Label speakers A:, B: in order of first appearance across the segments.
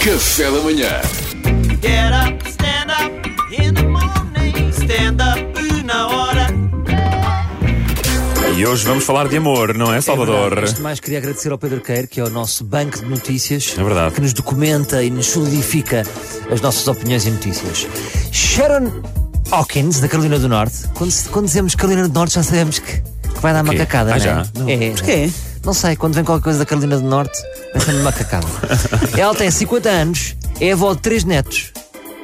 A: Café da manhã.
B: Get up, stand up in the morning. Stand up uh, na hora.
C: E hoje vamos falar de amor, não é, Salvador?
D: Antes de mais, queria agradecer ao Pedro Queiro, que é o nosso banco de notícias.
C: É verdade.
D: Que nos documenta e nos solidifica as nossas opiniões e notícias. Sharon Hawkins, da Carolina do Norte. Quando, se- quando dizemos Carolina do Norte, já sabemos que, que vai dar
C: Quê?
D: macacada,
C: Ah,
D: não é?
C: já? Não.
D: É,
E: Porquê?
D: Não sei, quando vem qualquer coisa da Carolina do Norte, pensa-me macacada. Ela tem 50 anos, é avó de três netos,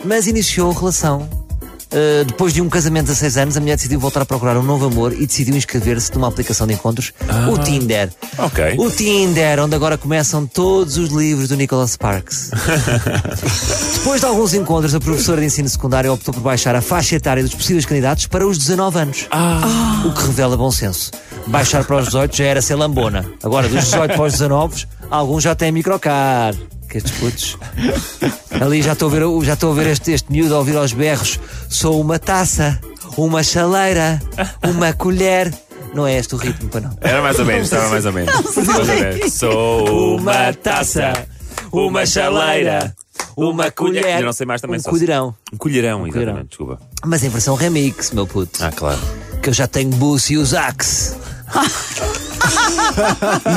D: mas iniciou a relação. Uh, depois de um casamento de 6 anos, a mulher decidiu voltar a procurar um novo amor e decidiu inscrever-se numa aplicação de encontros, o Tinder.
C: Ok.
D: O Tinder, onde agora começam todos os livros do Nicholas Sparks. Depois de alguns encontros, a professora de ensino secundário optou por baixar a faixa etária dos possíveis candidatos para os 19 anos. O que revela bom senso. Baixar para os 18 já era ser lambona. Agora, dos 18 para os 19, alguns já têm microcar. Que estes putos. Ali já estou a ver, já estou a ver este, este miúdo a ouvir aos berros. Sou uma taça, uma chaleira, uma colher. Não é este o ritmo para não.
C: Era mais ou menos, estava mais ou menos. Mais ou menos. Sou uma taça, uma chaleira, uma colher. Eu não sei mais também
D: um
C: só-
D: colherão.
C: Um colherão,
D: colherão.
C: exatamente, desculpa.
D: Mas em versão remix, meu puto.
C: Ah, claro.
D: Que eu já tenho Boost e os Axe.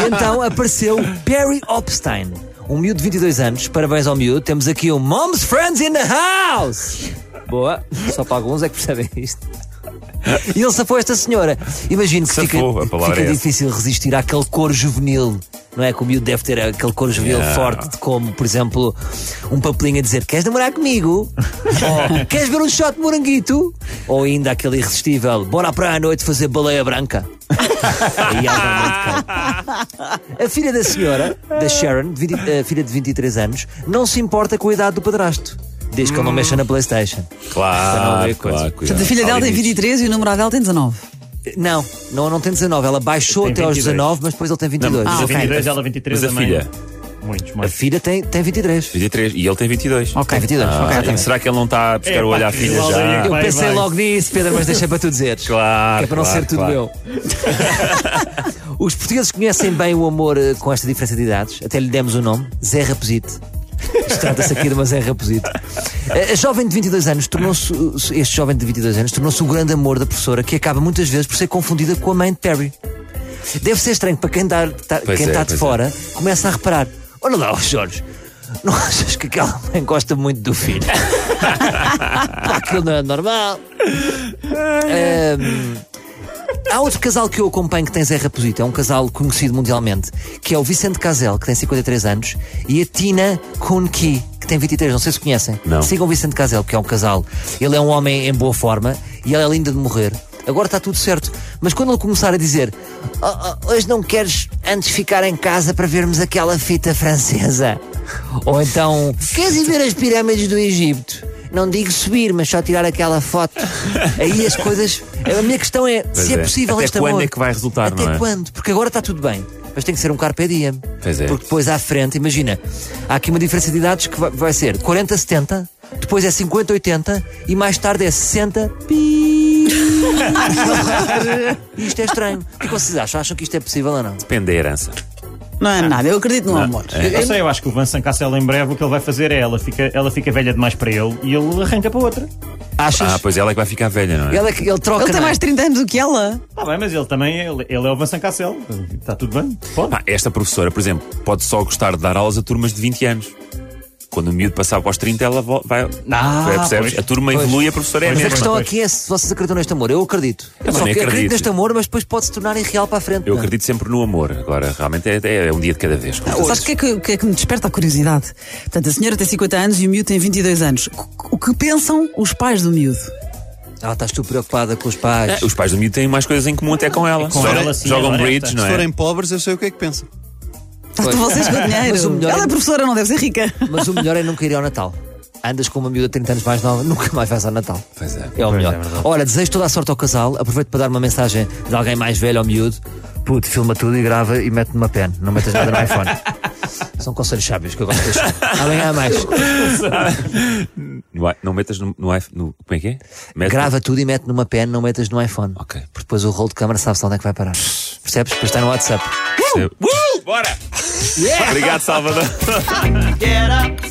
D: e então apareceu Perry Opstein. Um miúdo de 22 anos. Parabéns ao miúdo. Temos aqui o Mom's Friends in the House. Boa. Só para alguns é que percebem isto. E ele safou esta senhora. Imagino que fica,
C: Safou, a palavra
D: fica
C: é essa.
D: difícil resistir àquele cor juvenil. Não é que o miúdo deve ter aquele cor juvenil
C: Yeah.
D: forte, de como, por exemplo, um papelinho a dizer: Queres namorar comigo? Ou queres ver um shot de moranguito? Ou ainda aquele irresistível: Bora à praia à noite fazer baleia branca. Aí ela dá muito a filha da senhora, da Sharon, de 20 a filha de 23 anos, não se importa com a idade do padrasto, desde que ele não mexa na Playstation. Para não
C: Claro,
D: ver coisa.
C: claro.
E: Portanto, a filha dela tem 23 e o namorado dela tem 19.
D: Não, não, não tem 19. Ela baixou
F: Tem
D: até aos
F: 22.
D: 19, mas depois ele tem 22.
E: mas Ah,
F: Mas
E: ok.
F: a 22, ela 23
C: Mas a
F: também.
C: filha?
F: Muitos,
D: A
F: muitos.
D: filha tem, tem 23.
C: 23 e ele tem 22.
D: Tem 22.
C: Ah,
D: ok, também.
C: será que ele não está a buscar o olho
F: Epá,
C: à
F: que
C: filha
F: logo
C: já?
F: aí-
D: Eu
F: Vai,
D: pensei
F: vai.
D: logo nisso, Pedro, mas deixa para tu dizeres.
C: Claro.
D: Que é para não
C: claro,
D: ser tudo
C: claro.
D: meu. Os portugueses conhecem bem o amor eh, com esta diferença de idades. Até lhe demos o nome, Zé Raposito. Isto Trata-se aqui de uma Zé Raposito. Eh, A jovem de 22 anos tornou-se, eh, este jovem de 22 anos tornou-se o grande amor da professora, que acaba muitas vezes por ser confundida com a mãe de Perry. Deve ser estranho para quem está
C: Pois
D: quem
C: é,
D: tá de
C: pois é.
D: fora, começa a reparar. Oh, Olha lá, ó Jorge, não achas que aquela mãe gosta muito do filho? Pá, Aquilo não é normal. Eh, Ahm, Há outro casal que eu acompanho que tem Zé Raposito, é um casal conhecido mundialmente, que é o Vicente Casel, que tem 53 anos, e a Tina Kunki, que tem 23, não sei se conhecem.
C: Não.
D: Sigam o Vicente Casel, que é um casal. Ele é um homem em boa forma e ela é linda de morrer. Agora está tudo certo, mas quando ele começar a dizer "Oh, oh, hoje não queres antes ficar em casa para vermos aquela fita francesa? Ou então, queres ir ver as pirâmides do Egito? Não digo subir, mas só tirar aquela foto. Aí as coisas. A minha questão é
C: Pois
D: se é,
C: é.
D: possível
C: Até
D: este
C: quando
D: amor.
C: é que vai resultar,
D: Até
C: não é?
D: quando? Porque agora está tudo bem. Mas tem que ser um carpe diem.
C: Pois é.
D: Porque depois à frente, imagina, há aqui uma diferença de idades que vai, vai ser 40, 70, depois é 50, 80 e mais tarde é 60. Pi. Isto é estranho. O que é que vocês acham? Acham que isto é possível ou não?
C: Depende da herança.
E: Não é nada, eu acredito no amor.
D: é
F: Eu sei, eu acho que o Vincent Cassel em breve o que ele vai fazer é ela fica, ela fica velha demais para ele e ele arranca para outra.
D: Achas?
C: Ah, pois ela é que vai ficar velha, não é?
D: Ele, é que- ele troca.
E: Ele
D: não
E: tem
D: é?
E: mais 30 anos do que ela.
F: Está bem, mas ele também é- ele, ele é o Vincent Cassel. Está tudo bem? Pode.
C: Pá, esta professora, por exemplo, pode só gostar de dar aulas a turmas de 20 anos. Quando o miúdo passar para os 30, ela vo- vai.
D: Ah,
C: É, percebes?
D: pois.
C: A turma evolui, a professora é a
D: Mas a
F: Pois. Mesma
C: mesma.
D: questão
F: coisa.
D: aqui é se vocês acreditam neste amor. Eu acredito.
C: Eu
D: Só
C: também
D: que
C: acredito.
D: neste amor, mas depois pode se tornar irreal para a frente.
C: Eu
D: não é?
C: acredito sempre no amor. Agora, realmente, é, é um dia de cada vez. como
E: Sabes o que, é que, o que é que me desperta a curiosidade? Portanto, a senhora tem 50 anos e o miúdo tem 22 anos. O que pensam os pais do miúdo?
D: Ah, estás tu preocupada com os pais.
C: É, Os pais do miúdo têm mais coisas em comum até com ela.
F: Com
C: Só-
F: ela, sim,
C: jogam
F: agora
C: bridge,
F: esta.
C: não
G: Se
C: é?
G: forem pobres, eu sei o que é que pensam.
E: Estás tu vocês com
D: Mas o
E: dinheiro.
D: melhor
E: Ela
D: é-
E: é professora, não deve ser rica.
D: Mas o melhor é nunca ir ao Natal. Andas com uma miúda 30 anos mais nova, nunca mais vais ao Natal.
C: Pois é.
D: É o melhor. Ora, desejo toda a sorte ao casal. Aproveito para dar uma mensagem de alguém mais velho ao miúdo. Puto, filma tudo e grava e mete numa pen. Não metas nada no iPhone. São conselhos sábios que eu gosto de deixar. Amanhã há mais.
C: No i- não metas no, no, iPhone- no- Como é que é? Mete-
D: Grava tudo e mete numa pen, não metas no iPhone.
C: Ok.
D: Porque depois o rolo de câmara sabe-se onde é que vai parar. Percebes? Depois está no WhatsApp.
C: Bora! Obrigado, Salvador.
B: Get up,